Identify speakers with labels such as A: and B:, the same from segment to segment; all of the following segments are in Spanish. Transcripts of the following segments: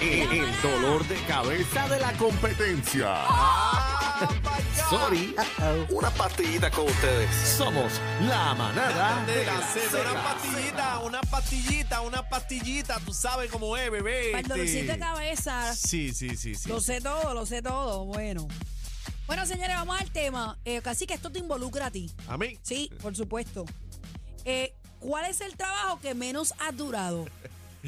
A: el dolor de cabeza de la competencia. Sorry, una pastillita con ustedes. Somos la manada de la
B: Una
A: Z.
B: pastillita, una pastillita, una pastillita. Tú sabes cómo es,
C: Para
B: bebé.
C: el
B: este.
C: dolorcito de cabeza.
B: Sí, sí, sí, sí.
C: Lo sé todo, lo sé todo. Bueno. Bueno, señores, vamos al tema. Eh, casi que esto te involucra a ti.
B: A mí.
C: Sí, por supuesto. Eh, ¿Cuál es el trabajo que menos ha durado?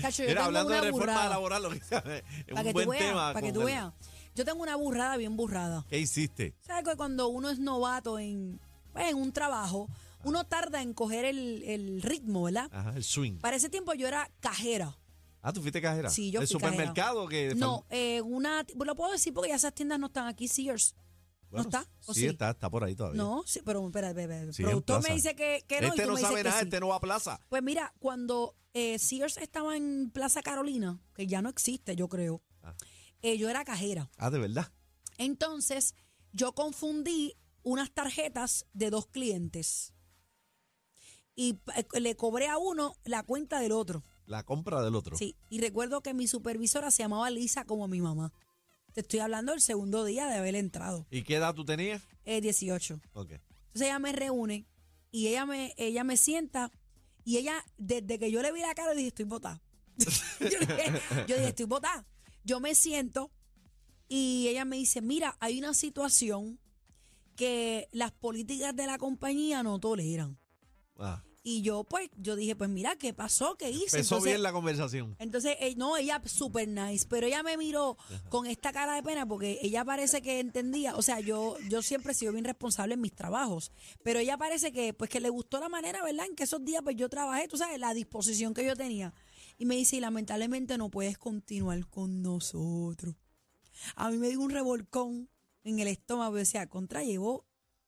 C: Cacho, yo
B: Mira,
C: tengo
B: hablando
C: una
B: de reforma
C: burrada.
B: laboral, lo que es
C: Para
B: un
C: que tú
B: buen
C: veas,
B: tema.
C: para que
B: con
C: tú
B: el-
C: veas. Yo tengo una burrada bien burrada.
B: ¿Qué hiciste?
C: ¿Sabes que cuando uno es novato en, pues, en un trabajo, uno tarda en coger el, el ritmo, ¿verdad?
B: Ajá, el swing.
C: Para ese tiempo yo era cajera.
B: Ah, ¿tú fuiste cajera?
C: Sí, yo
B: ¿El
C: fui cajera.
B: supermercado? Que
C: No, eh, una, lo puedo decir porque ya esas tiendas no están aquí, Sears.
B: Bueno,
C: ¿No está? ¿O
B: sí,
C: sí?
B: está, está por ahí todavía.
C: No, sí, pero espera, espera, espera.
B: Oh, Sí,
C: el
B: en
C: productor
B: plaza.
C: me dice que, que no y
B: este
C: tú
B: no
C: me
B: sabe
C: dices que
B: nada,
C: sí.
B: este no va a plaza.
C: Pues mira, cuando eh, Sears estaba en Plaza Carolina, que ya no existe, yo creo,
B: Ah.
C: eh, yo era cajera.
B: Ah, de verdad.
C: Entonces, yo confundí unas tarjetas de dos clientes y eh, le cobré a uno la cuenta del otro.
B: La compra del otro.
C: Sí, y recuerdo que mi supervisora se llamaba Lisa como mi mamá. Te estoy hablando del segundo día de haber entrado,
B: ¿Y qué edad tú tenías?
C: eh, 18.
B: Ok.
C: Entonces ella me reúne y ella me, ella me sienta y ella, desde que yo le vi la cara, dije, estoy botada. yo, dije, yo dije, estoy botada. Yo me siento y ella me dice, mira, hay una situación que las políticas de la compañía no toleran.
B: Ah,
C: Y yo, pues, yo dije, pues mira, ¿qué pasó? ¿Qué hice?
B: empezó
C: Entonces,
B: bien la conversación.
C: entonces, eh, no, ella super nice, pero ella me miró con esta cara de pena porque ella parece que entendía, o sea, yo yo siempre he sido bien responsable en mis trabajos, pero ella parece que pues que le gustó la manera, ¿verdad? En que esos días pues yo trabajé, tú sabes, la disposición que yo tenía. Y me dice, y lamentablemente no puedes continuar con nosotros. A mí me dio un revolcón en el estómago, yo decía, contra, llevo,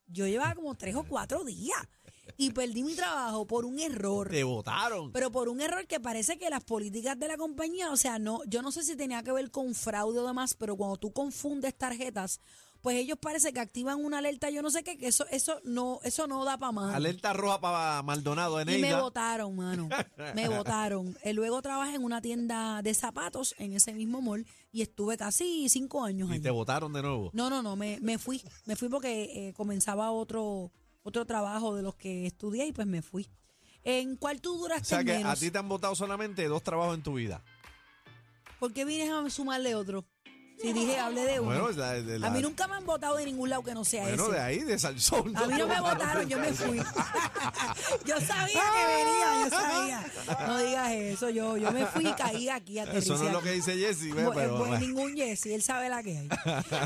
C: yo llevaba como tres o cuatro días y perdí mi trabajo por un error.
B: Te votaron.
C: Pero por un error que parece que las políticas de la compañía, o sea, no, yo no sé si tenía que ver con fraude o demás, pero cuando tú confundes tarjetas, pues ellos parece que activan una alerta, yo no sé qué, que eso, eso no, eso no da para más.
B: Alerta roja para Maldonado,
C: Y me
B: Eneida.
C: votaron, mano. Me votaron. luego trabajé en una tienda de zapatos en ese mismo mall y estuve casi cinco años
B: Y
C: allí.
B: te votaron de nuevo.
C: No, no, no, me, me fui. Me fui porque eh, comenzaba otro, otro trabajo de los que estudié y pues me fui. ¿En cuál tú duraste
B: O sea que a
C: menos?
B: ti te han votado solamente dos trabajos en tu vida.
C: ¿Por qué vienes a sumarle otro? Si dije, hablé de uno.
B: Bueno, la- de la-
C: a mí nunca me han votado de ningún lado que no sea
B: bueno, de
C: ese.
B: ahí, de Salsón.
C: A mí no me votaron, yo me fui. yo sabía que venía, yo sabía. No digas eso, yo, yo me fui y caí aquí. aterricé
B: Eso no es lo
C: aquí.
B: que dice Jesse, ve,
C: Bu-
B: pero.
C: bu- ningún Jesse, él sabe la que hay.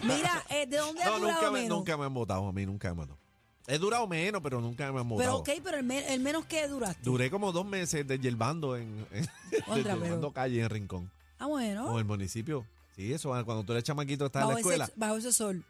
C: Mira, eh, ¿de dónde ha
B: no,
C: durado
B: nunca me,
C: menos?
B: nunca me han votado, a mí nunca me han votado. He durado menos, pero nunca me han
C: pero
B: votado.
C: ok, pero el, me- el menos que duraste.
B: Duré como dos meses desyerbando en, en
C: Contra,
B: desyerbando
C: pero-
B: calle en Rincón.
C: ah, bueno.
B: O en el municipio. Sí, eso, cuando tú eres chamaquito estás en
C: bajo,
B: la escuela.
C: Ese, bajo ese sol.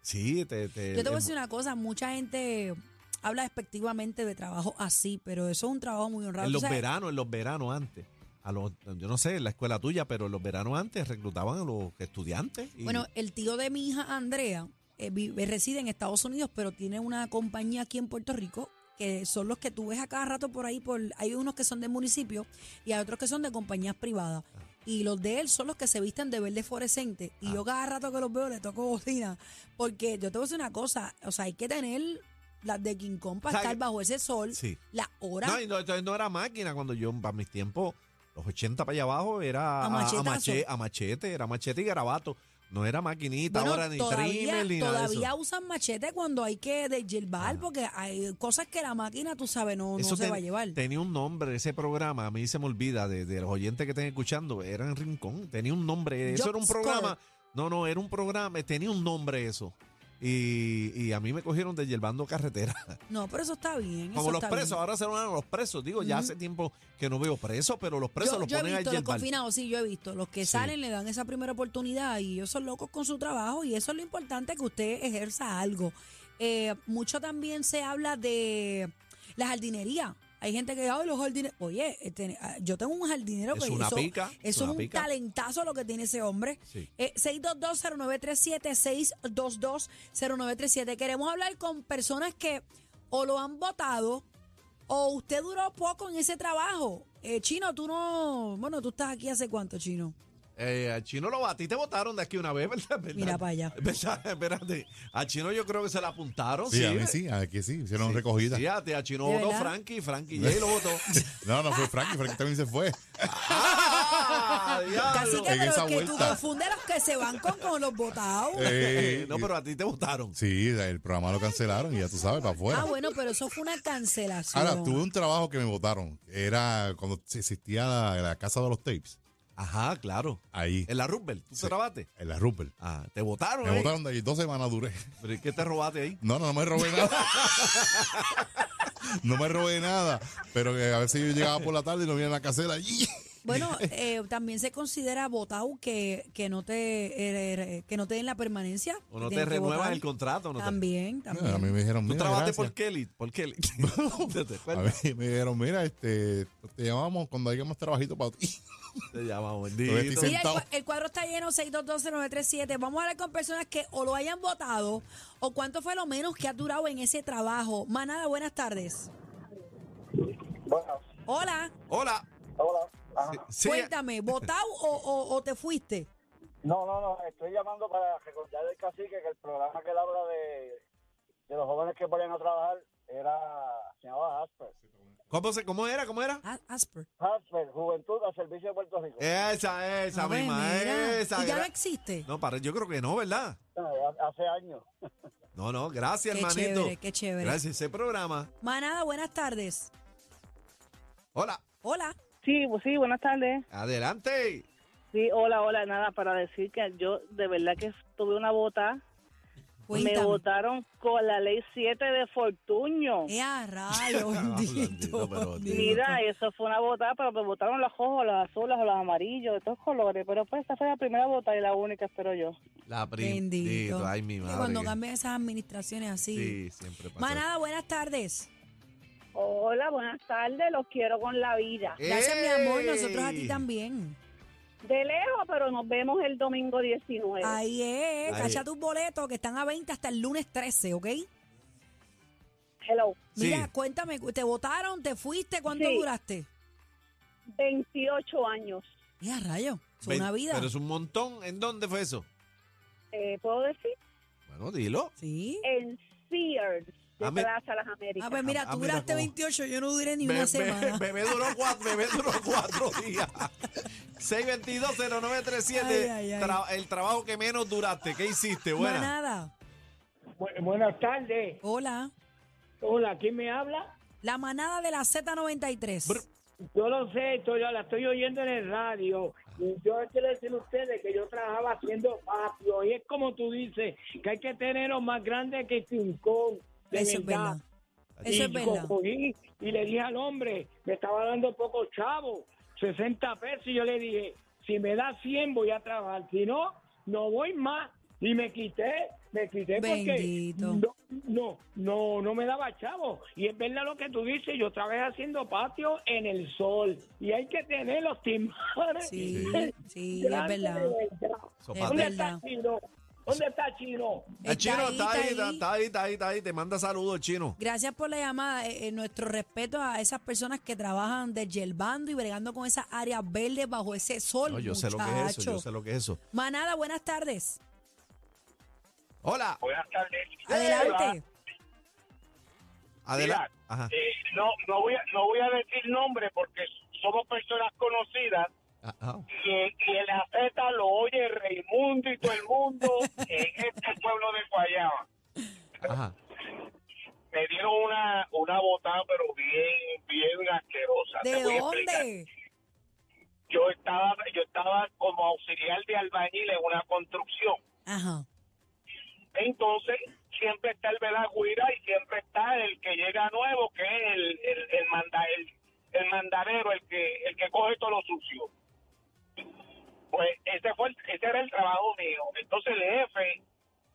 B: Sí, te, te-
C: Yo te voy a
B: el-
C: decir una cosa, mucha gente habla despectivamente de trabajo así, pero eso es un trabajo muy honrado.
B: En
C: Tú
B: los
C: sabes,
B: veranos, en los veranos antes. A los, yo no sé, en la escuela tuya, pero en los veranos antes reclutaban a los estudiantes. y-
C: Bueno, el tío de mi hija Andrea eh, vive- reside en Estados Unidos, pero tiene una compañía aquí en Puerto Rico que son los que tú ves a cada rato por ahí. Por, hay unos que son de municipio y hay otros que son de compañías privadas.
B: Ah.
C: Y los de él son los que se visten de verde fluorescente. Y yo cada rato que los veo le toco bocina. Porque yo te voy a decir una cosa, o sea, hay que tener las de King Kong para
B: ¿Sabe?
C: estar bajo ese sol,
B: Sí.
C: la hora.
B: no, y no, entonces no era máquina cuando yo, para mis tiempos, los 80 para allá abajo, era
C: A
B: a,
C: machetazo.
B: mache- a machete, era machete y garabato. No era maquinita
C: Bueno,
B: ahora, ni
C: todavía,
B: trimmer, ni nada de
C: todavía
B: eso. Ah.
C: usan machete cuando hay que desgilbar, porque hay cosas que la máquina, tú sabes, no, no
B: Eso
C: se
B: ten-
C: va a llevar.
B: Tenía un nombre, ese programa, a mí se me olvida, de, de los oyentes que estén escuchando, era en Rincón, tenía un nombre, eso
C: Job
B: era un
C: Score.
B: programa, no, no, era un programa, tenía un nombre eso. Y, y a mí me cogieron desyerbando carretera.
C: No, pero eso está bien. eso
B: Como los
C: está
B: presos, ah,
C: bien.
B: ahora se lo dan a los presos. Digo, ya hace tiempo que no veo presos, pero los presos
C: yo,
B: los
C: yo he
B: ponen a
C: visto los
B: yerbar.
C: confinados, sí, yo he visto. Los que
B: Sí.
C: salen le dan esa primera oportunidad y ellos son locos con su trabajo y eso es lo importante, que usted ejerza algo. Eh, mucho también se habla de la jardinería. Hay gente que, ay, los jardineros. Oye, este, ah, yo tengo un jardinero
B: Es
C: que
B: una
C: eso,
B: pica,
C: eso
B: es
C: es
B: una
C: un
B: pica.
C: talentazo lo que tiene ese hombre.
B: Sí.
C: Eh, 6220937, 6220937. Queremos hablar con personas que o lo han votado o usted duró poco en ese trabajo. Eh, Chino, tú no. Bueno, tú estás aquí hace cuánto, Chino.
B: Eh, al chino lo batí, te votaron de aquí una vez, ¿verdad? ¿Verdad?
C: Mira para allá.
B: ¿Verdad? Espérate. Al chino yo creo que se la apuntaron.
D: Sí, a mí sí, aquí sí, hicieron recogida.
B: Sí, a, ti, a chino
C: ¿De
B: votó
C: verdad?
B: Frankie, Frankie J lo votó.
D: No, no fue Frankie, Frankie también se fue.
B: ¡Ah,
C: Casi
B: diablo!
C: que,
D: En
C: pero
D: esa
C: es que tú
D: vuelta.
C: confundes los que se van con, con los votados.
D: Eh,
B: No, pero a ti te votaron.
D: Sí, el programa lo cancelaron y ya tú sabes, para afuera.
C: Ah, bueno, pero eso fue una cancelación.
D: Ahora, tuve un trabajo que me votaron. Era cuando existía la, la casa de los tapes.
B: Ajá, claro.
D: Ahí,
B: En la Rubel, tú
D: Sí.
B: te robaste.
D: en la Rupert.
B: Ah, te votaron,
D: Me
B: ahí?
D: votaron de ahí, dos semanas duré.
B: ¿Pero ¿y qué te robaste ahí?
D: No, no, no me robé nada. No me robé nada. Pero que a veces yo llegaba por la tarde y no venía a la casera. Y-
C: Bueno, eh, también se considera votado que, que no te eh, que no te den la permanencia.
B: O no
C: que
B: te
C: tienes que
B: renuevas
C: votar.
B: el contrato. No te-
C: También,
D: A mí
C: también.
D: me dijeron,
B: Tú
D: mira,
B: trabajaste por
D: gracias.
B: Kelly. Por Kelly. ¿Te
D: A
B: acuerdas?
D: mí me dijeron, mira, este, te llamamos cuando haya más trabajito para ti.
B: Te llamamos,
D: Todavía estoy
B: bendito.
C: Mira, el,
D: sentado.
C: cua- el cuadro está lleno, 6220937. Vamos a hablar con personas que o lo hayan votado o cuánto fue lo menos que ha durado en ese trabajo. Manada, buenas tardes.
E: Bueno,
C: Hola,
B: Hola.
E: hola. Ah, Ajá.
B: Sí, eh.
C: cuéntame, ¿votado o, o- o te fuiste?
E: No, no, no, estoy llamando para recordar al cacique que el programa que él habla de, de los jóvenes que ponían a trabajar era, se llamaba Asper.
B: ¿Cómo, se, ¿Cómo era? ¿Cómo era?
C: A- Ah, Asper.
E: Asper, Juventud al Servicio de Puerto
B: Eh.
E: Rico.
B: Esa, esa
C: A ver,
B: misma,
C: mira.
B: esa.
C: Y ya no
B: gra-
C: existe.
B: No, para, yo creo que no, ¿verdad?
E: Ah, Hace años.
B: No, no, gracias,
C: Qué
B: hermanito.
C: chévere, qué chévere.
B: Gracias, ese programa.
C: Manada, buenas tardes.
B: Hola,
C: Hola.
F: Sí, pues sí, buenas tardes.
B: adelante.
F: Sí, hola, hola, nada, para decir que yo de verdad que tuve una bota. Me
C: Cuéntame.
F: votaron con la ley 7 de Fortuño.
C: ¡Eh, a rayo,
B: Bendito,
C: bendito!
B: pero
C: bendito.
F: Mira, eso fue una botada, pero me botaron los ojos, los azules o los amarillos, de todos colores. Pero pues esta fue la primera botada y la única, espero yo.
B: La prim-
C: Bendito.
B: Dito, Ay, mi
C: Es que
B: madre.
C: cuando
B: que-
C: cambian esas administraciones así.
B: Sí, siempre pasa.
C: Manada, buenas tardes.
G: Hola, buenas tardes, los quiero con la vida.
C: Gracias, mi amor.
B: ¡Ey!
C: Nosotros a ti también.
G: De lejos, pero nos vemos el domingo 19.
C: Ahí es.
B: Ahí
C: Cacha
B: es.
C: tus boletos que están a 20 hasta el lunes 13, ¿ok?
G: Hello.
B: Sí.
C: Mira, cuéntame, ¿te votaron? ¿Te fuiste? ¿Cuánto
G: Sí.
C: duraste?
G: 28 años.
C: ¡Eh, a rayo! Es
B: Ve-
C: una vida.
B: Pero es un montón. ¿En dónde fue eso?
G: Eh, ¿Puedo decir?
B: Bueno, dilo.
C: Sí.
G: En Sears, de
B: Ah, me-
G: Plaza Las Américas.
C: A ver, pues mira,
B: Ah,
C: tú
B: mira
C: duraste
B: cómo-
C: 28, yo no duré ni
B: Be-
C: una
B: be-
C: semana.
B: bebé duró cuatro, bebé duró cuatro días.
C: Ay, ay,
B: 6220937.
C: ay.
B: tra- el trabajo que menos duraste. ¿Qué hiciste? Buena.
C: Manada.
E: buenas tardes.
C: Hola.
E: Hola, ¿quién me habla?
C: La manada de la Z93.
B: Brr.
E: Yo lo sé, estoy, la estoy oyendo en el radio. Y Yo quiero decir a ustedes que yo trabajaba haciendo patio. Y es como tú dices, que hay que tenerlo más grande que Chincón. De
C: Eso es verdad.
E: Y
C: Eso es
E: yo
C: verdad.
E: cogí y le dije al hombre, me estaba dando poco chavo, 60 pesos, y yo le dije, si me da 100 voy a trabajar, si no, no voy más. Y me quité, me quité
C: Bendito.
E: porque no, no, no, no me daba chavo. Y es verdad lo que tú dices, yo trabajé haciendo patio en el sol. Y hay que tener los timbales.
C: Sí, sí, es
E: grandes de
C: verdad.
E: verdad.
B: Sopa-
E: ¿Dónde
C: Es
E: está
C: verdad.
E: Chino? ¿Dónde está Chino?
B: El Ah, chino está ahí, está
C: ahí.
B: está ahí, está ahí, está ahí. Te manda saludos, el chino.
C: Gracias por la llamada. Eh, eh, nuestro respeto a esas personas que trabajan desgelbando y bregando con esas áreas verdes bajo ese sol.
B: No, yo sé lo que es eso, yo sé lo que es eso.
C: Manada, buenas tardes.
B: Hola,
H: Buenas tardes.
C: Adelante.
B: adelante.
H: Mira,
B: Ajá.
H: Eh, no, no voy a, no voy a decir nombre porque somos personas conocidas
B: Ah, ah.
H: y, el- y el Z lo oye Raimundo y todo el mundo en este pueblo de Guayaba.
B: Ajá.
H: Me dieron una, una botada, pero bien, bien asquerosa.
C: ¿De
H: Te voy a explicar.
C: dónde?
H: Yo estaba, yo estaba como auxiliar de albañil en una construcción.
C: Ajá.
H: Entonces, siempre está el velagüira y siempre está el que llega nuevo, que es el, el, el, manda- el- el mandadero, el que, el que coge todo lo sucio. Pues ese, fue, el- ese era el trabajo mío. Entonces, el jefe,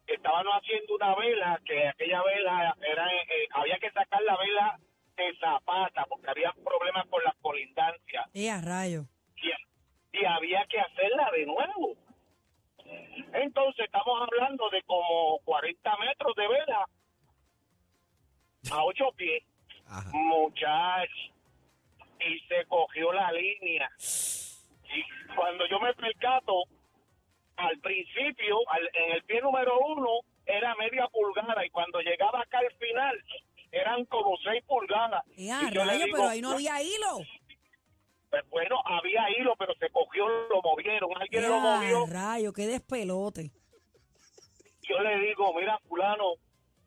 H: estaban haciendo una vela, que aquella vela era, eh, había que sacar la vela de zapata, porque había problemas con las colindancias
C: Eh, a rayo.
H: y, y había que hacerla de nuevo. Entonces estamos hablando de como 40 metros de vela a 8 pies.
B: Ajá.
H: Muchachos, y se cogió la línea. y cuando yo me percato, al principio, al- en el pie número uno, era media pulgada y cuando llegaba acá al final, eran como seis pulgadas.
C: Eh, a
H: Y yo le
C: rayos,
H: digo,
C: pero ahí no había hilo.
H: pues bueno, había hilo, pero se cogió, lo movieron, alguien
C: Eh,
H: lo movió.
C: a rayo, qué despelote.
H: yo le digo, mira, fulano,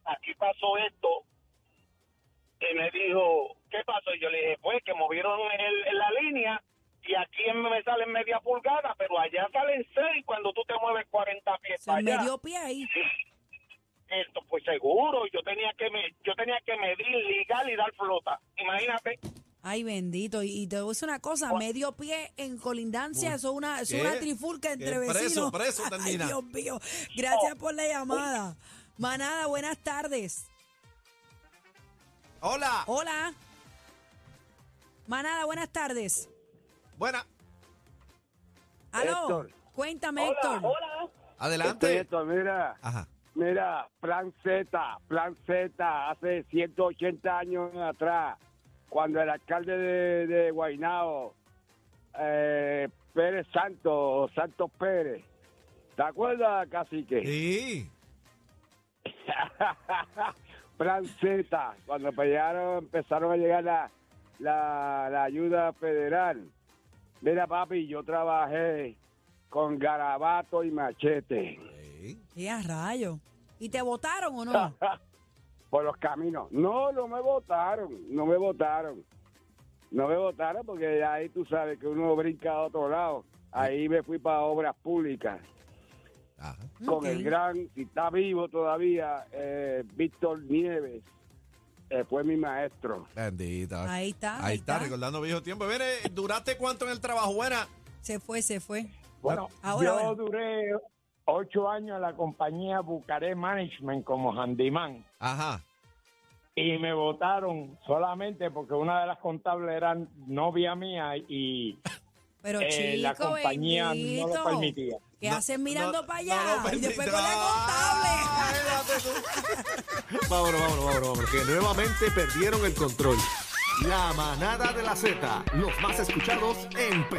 H: aquí pasó esto. Y me dijo, ¿qué pasó? Y yo le dije, pues que movieron el- el- la línea y aquí en- me salen media pulgada, pero allá salen seis cuando tú te mueves 40 pies
C: Se
H: para
C: me
H: allá.
C: dio pie ahí.
H: Esto, pues seguro, yo tenía que me, yo tenía que medir, ligar y dar flota. Imagínate.
C: Ay, bendito. Y, y te voy a decir una cosa, medio pie en colindancia, eso es una, eso es
B: ¿Qué?
C: una trifulca entre
B: ¿Qué?
C: vecinos.
B: Preso, preso
C: Ay,
B: termina.
C: Dios mío. Gracias por la llamada. Manada, buenas tardes.
B: Hola.
C: Hola. Manada, buenas tardes.
B: Buena.
C: Aló.
I: Héctor.
C: Cuéntame, Héctor.
B: Adelante.
I: Esto, mira,
B: Ajá.
I: mira, Plan Z, Plan Z, hace 180 años atrás, cuando el alcalde de, de Guaynabo, eh, Pérez Santos, o Santos Pérez, ¿te acuerdas, cacique?
B: Sí.
I: Plan Z, cuando pelearon, empezaron a llegar la, la, la ayuda federal. Mira, papi, yo trabajé con garabato y machete
B: Sí.
C: Y a rayo. ¿Y te votaron o no?
I: por los caminos. No, no me votaron, no me votaron. No me votaron porque ahí tú sabes que uno brinca a otro lado. Ahí me fui para obras públicas
B: Ajá.
I: con
C: Ok.
I: el gran, si está vivo todavía, eh, Víctor Nieves. eh, fue mi maestro.
B: Bendita.
C: Ahí está,
B: Ahí,
C: ahí
B: está,
C: está.
B: recordando viejo tiempo. Mire, ¿duraste cuánto en el trabajo? Buena.
C: Se fue, se fue.
J: Bueno,
C: Ahora,
J: yo
C: ahora.
J: duré ocho años en la compañía Bucaré Management como handyman
B: Ajá.
J: y me votaron solamente porque una de las contables era novia mía y
C: Pero
J: eh,
C: chico,
J: la compañía
C: bendito.
J: no lo permitía.
C: ¿Qué hacen mirando
B: No,
C: para
B: no
C: allá?
B: lo
C: y después
B: permite.
C: con la contable.
B: Ah, espérate tú.
A: Vámonos, vámonos, vámonos, vámonos, que nuevamente perdieron el control. La manada de la Z, los más escuchados en Perú.